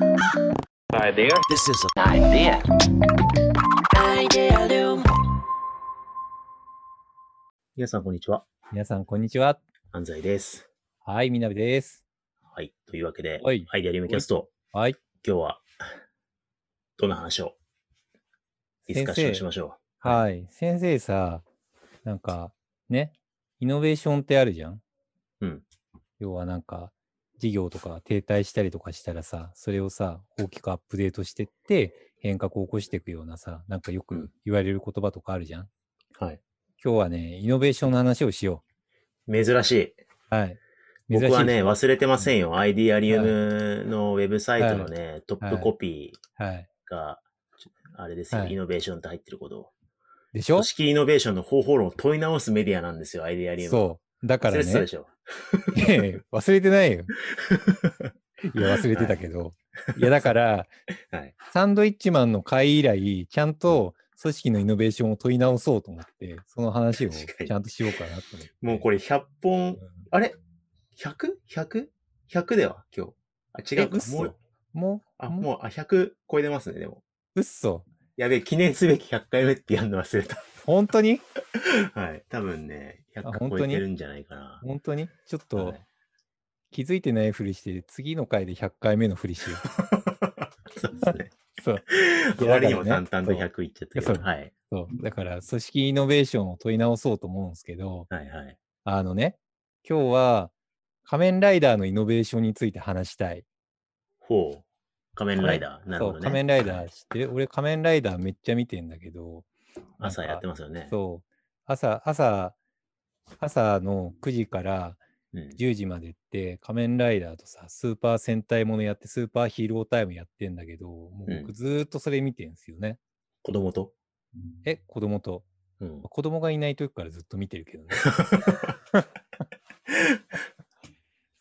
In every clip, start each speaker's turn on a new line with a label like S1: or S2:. S1: This is
S2: idea.
S1: a
S2: Idea.
S3: 皆さん、こんにちは。
S4: 皆さん、こんにちは。
S3: 安西です。
S4: はい、みなべです。
S3: はい。というわけで、
S4: はい
S3: アイデアリウムキャスト、
S4: はい。
S3: 今日は、どんな話を、ディスカッションしましょ
S4: はい。先生さ、なんか、ね、イノベーションってあるじゃん
S3: うん。
S4: 要はなんか、事業とか停滞したりとかしたらさ、それをさ、大きくアップデートしてって、変革を起こしていくようなさ、なんかよ
S3: う
S4: く
S3: ん
S4: 言われる言葉とかあるじゃん
S3: う。はい。
S4: 今日はね、イノベーションの話をしよ
S3: 珍しい。
S4: う。はい。
S3: 僕はね、
S4: 珍しい
S3: 忘れてませんよ。アイデアリウムのウェブサイトのね、トップコピ
S4: はい。
S3: ーが、あれですよ、
S4: はい
S3: イノベーションって入ってることを。
S4: でしょ
S3: 組織イノベーションの方法論を問い直すメディアなんですよ、アイデアリウム。
S4: そう。だから
S3: 忘れてたで
S4: ね、
S3: しょ。
S4: 忘れてな いよ。いや、忘れてたけど。いや、だから、
S3: はい
S4: サンドイッチマンの会以来、ちゃんと組織のイノベーションを問い直そうと思って、その話を
S3: 確かに
S4: ちゃんとしようかなと思って。
S3: もうこれ100本、あれ ?100?100?100 では今日。あ、違うか。
S4: え
S3: もう
S4: 嘘、もう、
S3: あ、
S4: もう
S3: もう、あ、100超えてますね、でも。
S4: うっそ。
S3: やべえ、記念すべき100回目ってやるの忘れた。
S4: 本当に
S3: はい。多分ね、100
S4: あ本
S3: 超
S4: 当
S3: え
S4: に
S3: てるんじゃないかな。
S4: 本当にちょっと
S3: はい
S4: 気づいてないふりして、次の回で100回目のふりしよ
S3: そうです ね。
S4: う。そう。
S3: あまりにも
S4: だか
S3: 淡
S4: らね
S3: 々と100いっちゃったけ
S4: そう
S3: ど。はい。
S4: そうだから、組織イノベーションを問い直そうと思うんですけど、
S3: はいはい。
S4: あのね、今日は仮面ライダーのイノベーションについて話したい。
S3: ほう。仮面ライダー。なるほ
S4: そ
S3: ど
S4: う、
S3: ね。
S4: 仮面ライダー知ってる俺仮面ライダーめっちゃ見てんだけど、
S3: 朝やって
S4: ま
S3: ますよね。
S4: そう、朝、朝、朝の9時から
S3: うん。
S4: 10時までって仮面ライダーとさ、スーパー戦隊ものやって、スーパーヒーロータイムやってんだけど、もう
S3: うん
S4: 僕ずーっとそれ見てんすよね。
S3: 子供と。
S4: え、子供と。
S3: うん。
S4: 子供がいない時からずっと見てるけどね。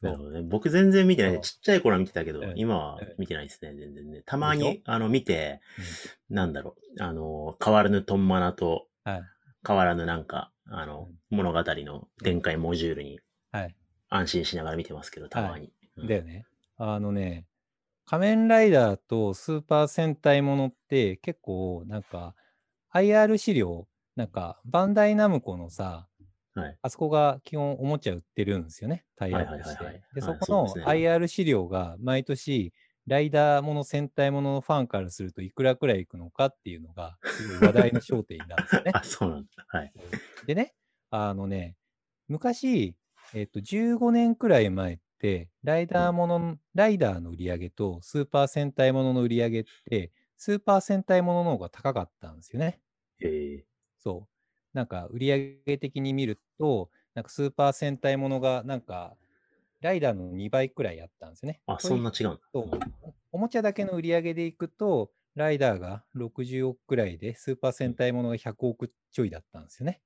S3: なるほどね。僕全然見てないね。
S4: そう
S3: ちっちゃい頃は見てたけど
S4: う、ん
S3: 今は
S4: うん
S3: 見てないですね。全然ね。たま
S4: でし
S3: に、あの、見て、なんだろう。あの、変わらぬトンマナと、
S4: はい。
S3: 変わらぬなんか、あの、物語の展開モジュールに
S4: はい。
S3: 安心しながら見てますけど、たまに。うん
S4: だよね。あのね、仮面ライダーとスーパー戦隊ものって結構なんか IR 資料、なんかバンダイナムコのさ、
S3: はい
S4: あそこが基本おもちゃ売ってるんですよね、タイアップし
S3: はいは
S4: て。
S3: いはいはい
S4: で、
S3: は
S4: そ
S3: い
S4: こ
S3: そうで
S4: の
S3: すね。
S4: IR 資料が毎年、ライダーもの戦隊もののファンからするといくらくらいいくのかっていうのがすごい話題の焦点なんですよね
S3: あ、そうなんだ。はい。
S4: でね、あのね、昔、えっと、15年くらい前って、ライダーものの、ライダーの売り上げとスーパー戦隊ものの売り上げって、スーパー戦隊ものの方が高かったんですよね。
S3: え
S4: そう。なんか、売り上げ的に見ると、なんかスーパー戦隊ものが、なんか、ライダーの2倍くらいあったんですよね。
S3: ー、あ、そんな違うんだ。
S4: そうおもちゃだけの売り上げでいくと、ライダーが60億くらいで、スーパー戦隊ものが100億ちょいだったんですよね。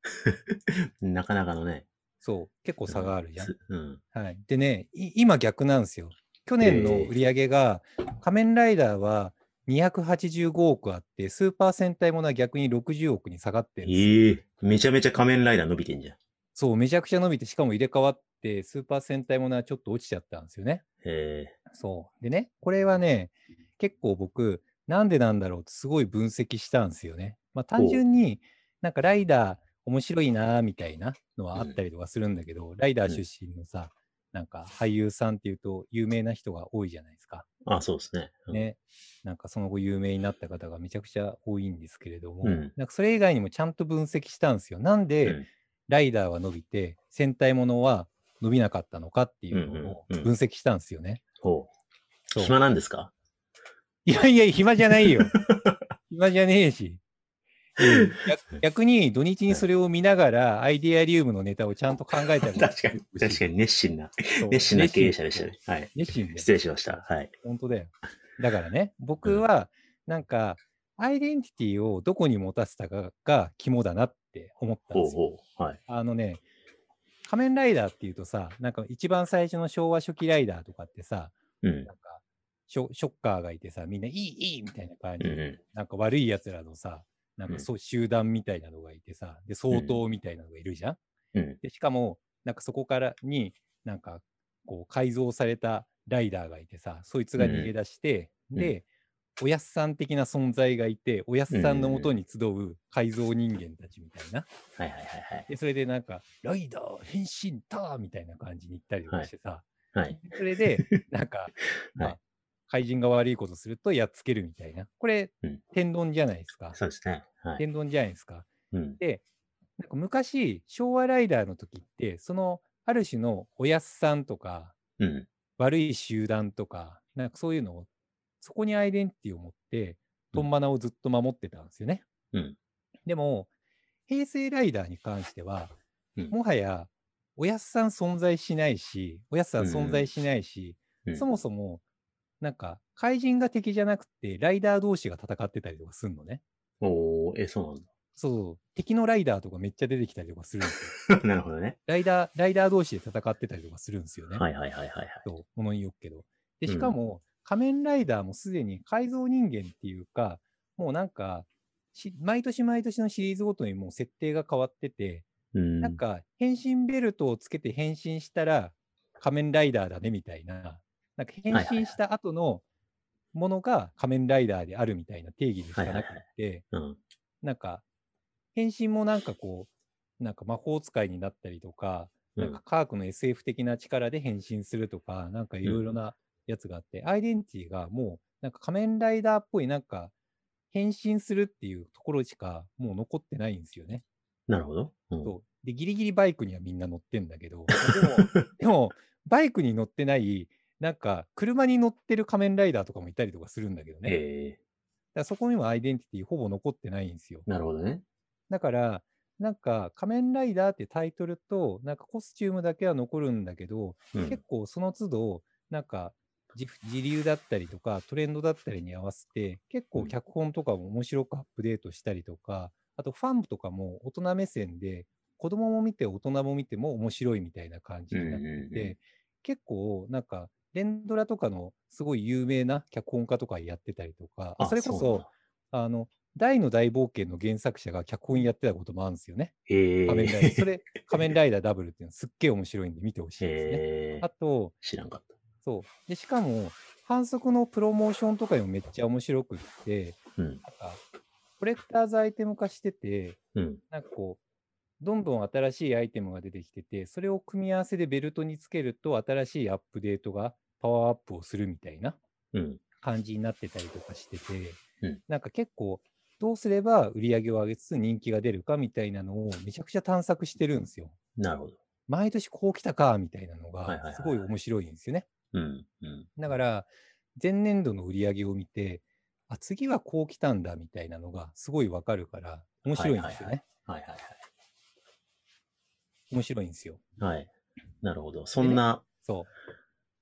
S3: なかなかのね。
S4: そう、結構差があるじゃん。
S3: すうん。
S4: はい、でね、い今逆なんですよ。去年の
S3: ええ
S4: 売り上げが、仮面ライダーは285億あって、スーパー戦隊ものは逆に60億に下がってるんです
S3: え
S4: よ
S3: えめちゃめちゃ仮面ライダー伸びてんじゃん。
S4: そう、めちゃくちゃ伸びて、しかも入れ替わって、スーパー戦隊ものはちょっと落ちちゃったんですよね。
S3: え
S4: そう。でね、これはね、結構僕、なんでなんだろうってすごい分析したんですよね。まあ単純になんかライダー面白いなーみたいなのはあったりとかするんだけど、ライダー
S3: うん
S4: 出身のさ、なんか俳優さんっていうと有名な人が多いじゃないですか。
S3: ー、あ、そうですね。うん。
S4: ね。なんかその後有名になった方がめちゃくちゃ多いんですけれども、
S3: うん
S4: なんかそれ以外にもちゃんと分析したんですよ。なんで、
S3: うん
S4: ライダーは伸びて戦隊ものは伸びなかったのかっていうのを
S3: うんうんうん
S4: 分析したんですよね。
S3: ほう。
S4: そう
S3: 暇なんですか
S4: いやいや、暇じゃないよ。 暇じゃねえし。うん逆逆に土日にそれを見ながら、アイデアリウムのネタをちゃんと考えたり
S3: 確かに。確 かに熱心な、
S4: そう
S3: 熱心な経営者でしたね。はい。
S4: 熱心で。
S3: 失礼しました。はい。
S4: 本当だよ。だからね、僕は、なんか、アイデンティティをどこに持たせたかが肝だなって思ったん
S3: ほ
S4: で
S3: う
S4: すよ。
S3: ほう。はい。
S4: あのね、仮面ライダーっていうとさ、なんか一番最初の昭和初期ライダーとかってさ、
S3: うん。
S4: なんかショショッカーがいてさ、みんないい、いいみたいな感
S3: う
S4: じ
S3: ん
S4: で
S3: う
S4: なんか悪いやつらのさ、なん
S3: う
S4: か
S3: ん
S4: そう集団みたいなのがいてさ、で、相当みたいなのがいるじゃん。
S3: ん。うん。
S4: で、しかも、なんかそこからに、なんかこう改造されたライダーがいてさ、そいつが逃げ出して、
S3: ん
S4: で、おやっさん的な存在がいて、おやっさんのもとに集う改造人間たちみたいな。
S3: はいはいはい
S4: で、それでなんか、ライダー変身だーみたいな感じに行ったりとかしてさ、
S3: はい。はい。
S4: それで、 なんか、まあ、怪人が悪いことするとやっつけるみたいな。これ
S3: うん、
S4: 天丼じゃないですか。
S3: そうですね。はい。
S4: 天丼じゃないですか。
S3: うん。
S4: なんか昔、昭和ライダーの時って、その、ある種のおやっさんとか、
S3: うん。
S4: 悪い集団とか、なんかそういうのを、そこにアイデンティティを持って、
S3: うん
S4: トンマナをずっと守ってたんですよね。
S3: うん
S4: でも、平成ライダーに関しては、
S3: うん
S4: もはや、おやっさん存在しないし、おやっさん存在しないし、
S3: うん
S4: そもそも、なんか、怪人が敵じゃなくて、ライダー同士が戦ってたりとかするのね。
S3: おー、え、そう
S4: そう、敵のライダーとかめっちゃ出てきたりとかするんですよ。
S3: なんだ。なるほどね。
S4: ライダー、ライダー同士で戦ってたりとかするんですよね。
S3: はいはいはいはいはい。
S4: とものによくけど。で、
S3: うん
S4: しかも、仮面ライダーもすでに改造人間っていうか、もうなんか、し毎年毎年のシリーズごとにもう設定が変わってて、
S3: うん。
S4: なんか変身ベルトをつけて変身したら仮面ライダーだねみたいな、なんか変
S3: はいはいはい
S4: 身した後のものが仮面ライダーであるみたいな定義でしかなく
S3: はいは
S4: て、
S3: うん。
S4: なんか変身もなんかこう、なんか魔法使いになったりとか、
S3: う
S4: なん
S3: ん
S4: か。科学の SF 的な力で変身するとか、なんかいろいろなやつがあって、アイデンティティがもう、なんか仮面ライダーっぽい、なんか変身するっていうところしかもう残ってないんですよね。
S3: なるほど。うん
S4: そうで、ギリギリバイクにはみんな乗ってんだ けど、でも、でもバイクに乗ってない、なんか車に乗ってる仮面ライダーとかもいたりとかするんだけどね。だか
S3: え
S4: らそこにもアイデンティティほぼ残ってないんですよ。
S3: ー、なるほどね。
S4: だから、なんか仮面ライダーってタイトルと、なんかコスチュームだけは残るんだけど、
S3: うん
S4: 結。構その都度、なんか自自流だったりとか、トレンドだったりに合わせて、結
S3: う
S4: 構
S3: ん
S4: 脚本とかも面白くアップデートしたりとか、あとファンとかも大人目線で、子供も見て大人も見ても面白いみたいな感じ
S3: うん
S4: になっ
S3: うん
S4: て、結構なんか、連ドラとかのすごい有名な脚本家とかやってたりとか、
S3: うん
S4: あそれこ
S3: うなん
S4: そ
S3: だ、
S4: あの、大の大冒険の原作者が脚本やってたこともあるんですよね。
S3: えー、
S4: 仮面ライダー。それ、仮面ライダーダブルっていうのすっげえ面白いんで見てほしいですね。
S3: えー
S4: あ、と、
S3: 知らんかっ
S4: そう。で、しかも、反則のプロモーションとかにもめっちゃ面白くって、
S3: た。うん。
S4: なんか、コレクターズアイテム化してて、
S3: うん。
S4: なんかこう、どんどん新しいアイテムが出てきてて、それを組み合わせでベルトにつけると、新しいアップデートがパワーアップをするみたいな
S3: うん。
S4: 感じになってたりとかしてて、
S3: うん
S4: なんか結構、どうすれば売り上げを上げつつ人気が出るかみたいなのをめちゃくちゃ探索してるんですよ。
S3: なるほど。
S4: 毎年こう来たかみたいなの
S3: はいはいは
S4: が
S3: い
S4: すごい面白いんですよね。
S3: うん。うん。
S4: だから、前年度の売り上げを見て、あ、次はこう来たんだみたいなのがすごいわかるから、面白いんですよね。
S3: はいはい
S4: 面白いんですよ。
S3: はい。はい。なるほど。そんな、
S4: そ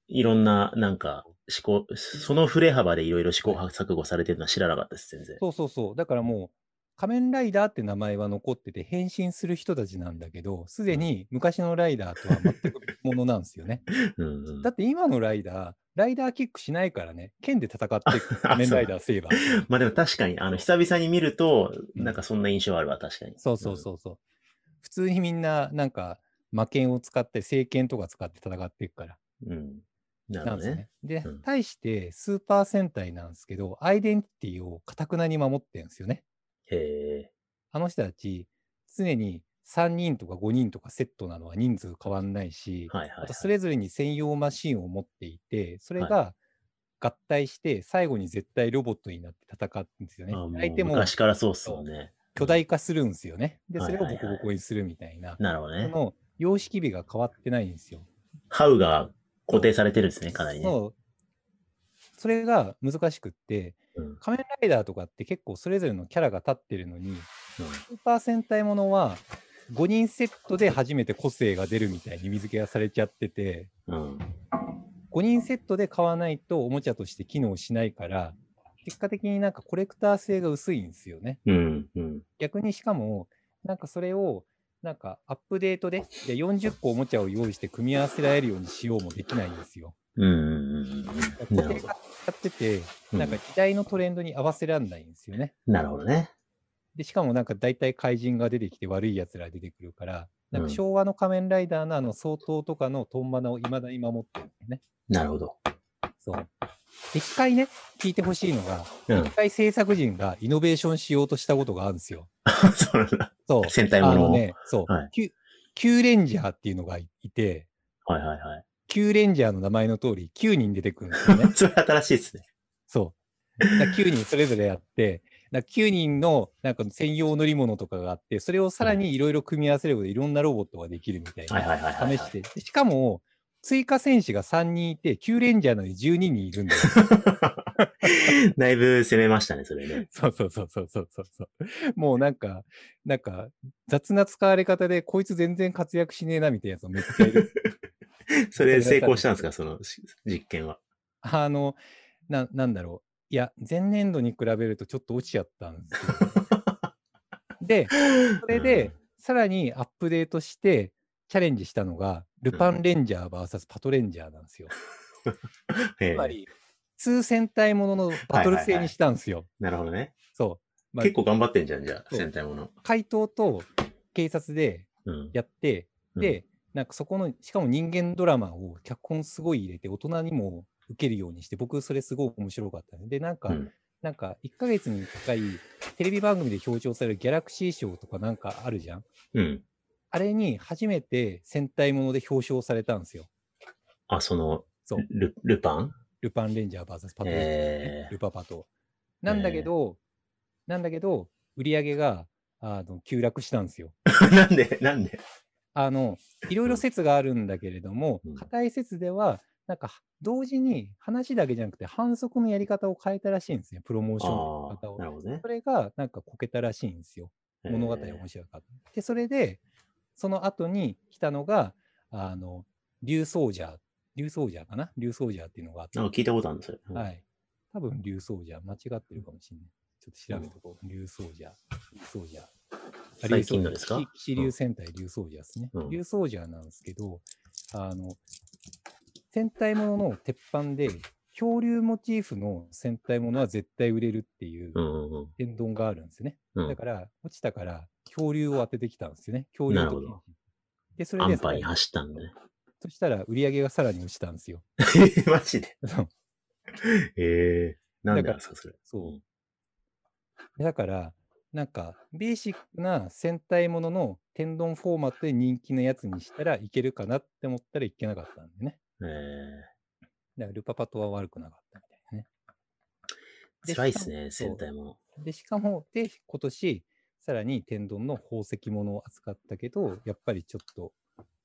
S3: いろんな、なんか、試行、その振れ幅でいろいろ試行錯誤されてるのは知らなかったです、全然
S4: う。。そうそうそう。だからもう、仮面ライダーって名前は残ってて、変身する人たちなんだけど、すでに昔のライダーとは全く別物なんですよね。
S3: うん うん
S4: だって今のライダー、ライダーキックしないからね、剣で戦っていく仮面ライダーセイバー。
S3: まあでも確かに、あの、久々に見ると、
S4: うん
S3: なんかそんな印象あるわ、確かに。
S4: そうそうそうそう。普通にみんな、なんか、魔剣を使って、聖剣とか使って戦っていくから。
S3: うん。うん。なる
S4: な
S3: ほ
S4: んで
S3: どね。
S4: すね。で、
S3: うん
S4: 対してスーパー戦隊なんですけど、アイデンティティをかたくなに守ってるんですよね。
S3: へえ。
S4: あの人たち、常に3人とか5人とかセットなのは人数変わんないし、
S3: はいはい、は
S4: あ
S3: い
S4: とそれぞれに専用マシンを持っていて、それ
S3: はい
S4: が合体して、最後に絶対ロボットになって戦うんですよね
S3: あもう。
S4: 相手も
S3: 昔からそうっすもんね。
S4: 巨大化するんですよね。で、
S3: は
S4: そ
S3: い
S4: れ
S3: はい
S4: を
S3: はい
S4: ボコボコにするみたいな。
S3: なるほど
S4: そ
S3: ね。
S4: の様式美が変わってないんですよ。
S3: ハウが固定されてるんですね、かなりね。
S4: そう。それが難しくって、
S3: うん
S4: 仮面ライダーとかって結構それぞれのキャラが立ってるのに、
S3: うん
S4: スーパー戦隊ものは5人セットで初めて個性が出るみたいに水付けがされちゃってて、
S3: うん。
S4: 5人セットで買わないとおもちゃとして機能しないから、結果的になんかコレクター性が薄いんですよね。
S3: うん。うん。
S4: 逆にしかも、なんかそれを、なんかアップデートで、いや40個おもちゃを用意して組み合わせられるようにしようもできないんですよ。
S3: うんうん。うんな
S4: 固
S3: る
S4: 定
S3: ほ
S4: 化やってて、
S3: ど。
S4: なんか時代のトレンドに合わせらんないんですよね。
S3: うんなるほどね。
S4: で、しかもなんか大体怪人が出てきて悪い奴ら出てくるから、なん
S3: う
S4: か
S3: ん
S4: 昭和の仮面ライダーのあの総統とかのトンマナを未だに守ってるんですね。
S3: なるほど。
S4: そう。で一回ね、聞いてほしいのが、
S3: うん
S4: 一回制作人がイノベーションしようとしたことがあるんですよ。
S3: そうなんだ。
S4: そう。
S3: 戦隊
S4: あ
S3: もの
S4: の
S3: を。
S4: ね、そう、
S3: はい
S4: キュ。キューレンジャーっていうのがいて、
S3: はいはいはい。
S4: キューレンジャーの名前の通り9人出てくるんですよね。
S3: それ新しいですね。
S4: そう。だから9人それぞれやって、だから9人のなんか専用乗り物とかがあって、それをさらにいろいろ組み合わせることでいろんなロボットができるみたい
S3: はい
S4: な、
S3: はいはいはい、
S4: 試して。でしかも、追加戦士が3人いて、9レンジャーなのに12人いる んだよ。
S3: て。 だいぶ攻めましたね、それね。
S4: そうそうそうそうそうそうそう。もうなんか、なんか、雑な使われ方で、こいつ全然活躍しねえなみたいなやつもめっちゃ いる。
S3: それ成功したんですか、そのし実験は。
S4: あの、な、なんだろう。いや、前年度に比べるとちょっと落ちちゃったんですよ。 で、
S3: そ
S4: それで、さらにアップデートして、チャレンジしたのが、ルパンレンジャー VS パトレンジャーなんですよ。
S3: え
S4: つ
S3: え
S4: まり、通戦隊もののバトル
S3: はいはい
S4: 制
S3: はい
S4: にしたんですよ。
S3: なるほどね。
S4: そう。まあ
S3: 結、構頑張ってんじゃん、じゃあ、
S4: そう
S3: 戦隊もの。
S4: 怪盗と警察で
S3: うん。
S4: やって、
S3: うん
S4: で、なんかそこの、しかも人間ドラマを脚本すごい入れて、大人にも受けるようにして、僕、それすごい面白かったね。で、なんか、
S3: うん
S4: なんか、1ヶ月に1回、テレビ番組で表彰されるギャラクシー賞とかなんかあるじゃん。
S3: うん。
S4: あれに初めて戦隊もので表彰されたんですよ。
S3: あ、その、
S4: そう。
S3: ルルパン
S4: ルパンレンジャー VS パトレンジャーね
S3: ええ
S4: ルパパと。なんだけど、なんだけど、売り上げが、あの、急落したんですよ。
S3: なんで、なんで
S4: あの、いろいろ説があるんだけれども
S3: うん、
S4: 硬い説では、なんか、同時に話だけじゃなくて反則のやり方を変えたらしいんですね、プロモーション
S3: あ
S4: のやり方
S3: あ、
S4: を
S3: な。るほどね
S4: そ。れが、なんかこけたらしいんですよ。物語が面白かった。で、それで、その後に来たのが、あの、竜奏者、竜奏者かな竜奏者っていうのがあって、
S3: あ聞いたことあるんですよ。うん
S4: はい。多分竜奏者、間違ってるかもしれない。ちょっと調べとこう。竜奏者、竜奏者。あ
S3: 最近のですか
S4: 竜奏者騎士竜戦隊竜奏者ですね
S3: うん。
S4: 竜奏者なんですけど、あの、戦隊ものの鉄板で、恐竜モチーフの戦隊ものは絶対売れるっていう
S3: うんうん
S4: 天丼があるんですよね。
S3: うんう
S4: だ
S3: ん。
S4: から、落ちたから、恐竜を当ててきたんですよね。恐竜
S3: なる
S4: と
S3: ほ
S4: 剣
S3: ど
S4: 士で、それ
S3: 安
S4: で、
S3: パに走ったんだね。
S4: そしたら売り上げがさらに落ちたんですよ。
S3: マジで。
S4: そう
S3: ええなんでな
S4: だ
S3: ん
S4: から
S3: ですか、それ。
S4: そう。でだから、なんか、ベーシックな戦隊ものの天丼フォーマットで人気のやつにしたらいけるかなって思ったらいけなかったんでね。
S3: え
S4: だから、ルパパとは悪くなかったみたいなね。
S3: え
S4: で
S3: 辛いですね、
S4: しかも
S3: 戦隊も。
S4: で、しかも、で、今年、さらに天丼の宝石ものを扱ったけど、やっぱりちょっと、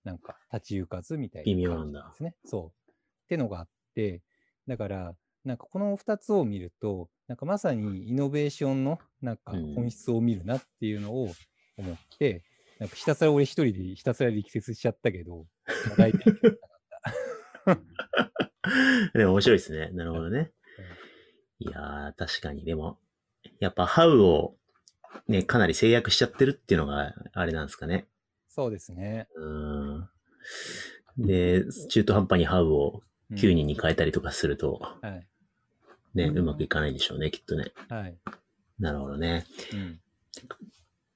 S4: なんか、立ち行かずみたいな。
S3: 微妙なんだ
S4: ですね。そう。ってのがあって、だから、なんかこの2つを見ると、なんかまさにイノベーションの、なんか
S3: うん
S4: 本質を見るなっていうのを思って、なんかひたすら俺一人でひたすら力説しちゃったけど、まあ 大体
S3: でも面白いですね。なるほどね。いやー、確かに。でも、やっぱハウを、ね、かなり制約しちゃってるっていうのが、あれなんですかね。
S4: そうですね。
S3: うーん。で、中途半端にハウを
S4: うん
S3: 9人に変えたりとかすると、
S4: はい。
S3: ね、うまくいかないんでしょうね、きっとね。
S4: はい。
S3: なるほどね。
S4: うん。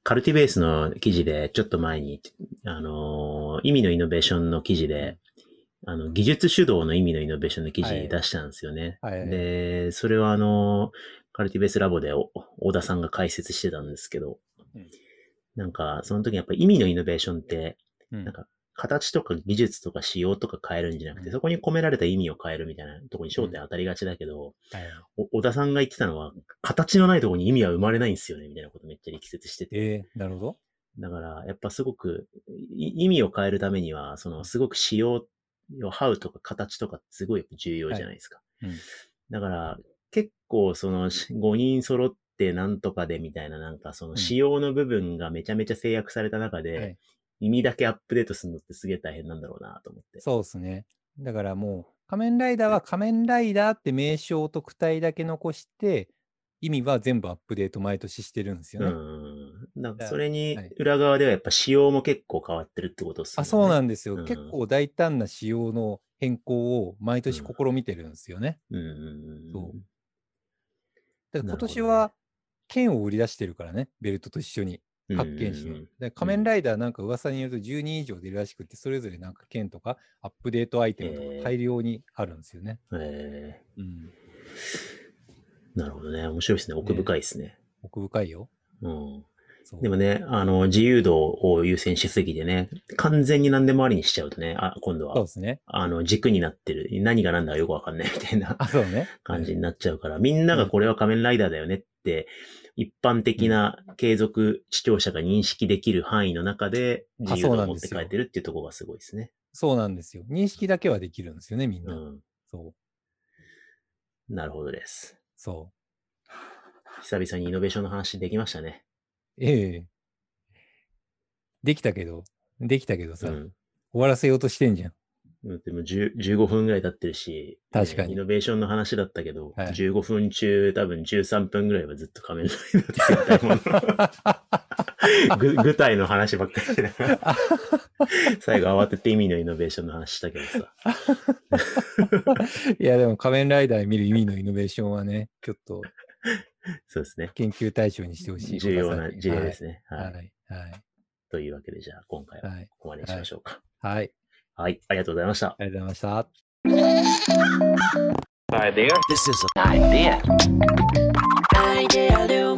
S3: カルティベースの記事で、ちょっと前に、あのー意味のイノベーションの記事で、あの、技術主導の意味のイノベーションの記
S4: はい
S3: 事出したんですよね。
S4: はい
S3: で、それはあのーカルティベースラボでお小田さんが解説してたんですけど、
S4: うん
S3: なんか、その時やっぱり意味のイノベーションって、
S4: うん
S3: なんか形とか技術とか仕様とか変えるんじゃなく
S4: う
S3: て、
S4: ん
S3: そこに込められた意味を変えるみたいなとこに焦点当たりがちだけど、
S4: はい
S3: お小田さんが言ってたのは、形のないとこに意味は生まれないんですよね、みたいなことめっちゃ力説してて。
S4: えー、なるほど。
S3: だから、やっぱすごく、い意味を変えるためには、その、すごく仕様、how とか形とか、すごい重要じゃないですか。
S4: はいうん
S3: だから、結構、その、し5人揃ってなんとかでみたいな、なんか、そ
S4: うん
S3: の、仕様の部分がめちゃめちゃ制約された中で、
S4: はい
S3: 意味だけアップデートするのってすげえ大変なんだろうなと思って。
S4: そうですね。だからもう、仮面ライダーは仮面ライダーって名称と躯体だけ残して、意味は全部アップデート毎年してるんですよ
S3: う
S4: ね。
S3: ん。だから、それに
S4: はい、
S3: 裏側ではやっぱ仕様も結構変わってるってことですよ
S4: あ
S3: ね。
S4: そうんなんですよ、
S3: うん
S4: 結構大胆な仕様の変更を毎年
S3: うん
S4: 試みてるんですよね。
S3: うんうんうん。
S4: そうだから
S3: なるほどね
S4: 今年は剣を売り出してるからね、ベルトと一緒に。各県市の
S3: うん。
S4: で仮面ライダーなんか噂によると10人以上出るらしくて、それぞれなんか県とかアップデートアイテムとか
S3: へー
S4: 大量にあるんですよね。
S3: え
S4: う
S3: ー、
S4: ん。
S3: なるほどね。面白いですね。奥深いですね。
S4: 奥深いよ。
S3: うん。
S4: そう
S3: でもね、あの、自由度を優先しすぎてね、完全に何でもありにしちゃうとね、あ、今度
S4: そう
S3: は、
S4: ですね。
S3: あの、軸になってる、何が何だかよくわかんないみたいな
S4: あ、そうね。
S3: 感じになっちゃうから、みんながこれは仮面ライダーだよねって、一般的な継続視聴者が認識できる範囲の中で、
S4: あ
S3: 自由度
S4: そうな
S3: を
S4: ん
S3: 持
S4: で
S3: って
S4: す
S3: 帰
S4: よ
S3: ってるっていうところがすごいですね。
S4: そうなんですよ。認識だけはできるんですよね、みん
S3: う
S4: な。
S3: ん。
S4: そう。
S3: なるほどです。
S4: そう。
S3: 久々にイノベーションの話できましたね。
S4: ええできたけど、できたけど
S3: う
S4: さ、
S3: ん。
S4: 終わらせようとしてんじゃ ん。
S3: だってもう10 15分ぐらい経ってるし、
S4: 確かに
S3: ねイノベーションの話だったけど、
S4: はい
S3: 15分中多分13分ぐらいはずっと仮面ライダーって言い たいものぐ具体の話ばっかり してたから最後慌てて意味のイノベーションの話したけどさ。
S4: いや、でも仮面ライダー見る意味のイノベーションはね、ちょっと
S3: そうですね。
S4: 研究対象にしてほしい。
S3: 重要
S4: 岡
S3: な
S4: 崎
S3: 事例ですね。
S4: は。
S3: はいい
S4: はい。はい。
S3: というわけで、じゃあ今回は
S4: はい。
S3: ここまでにしましょうか。
S4: はい。
S3: はい、ありがとうございました。
S4: ありがとうございました。
S2: idea. This is an idea. Idea do.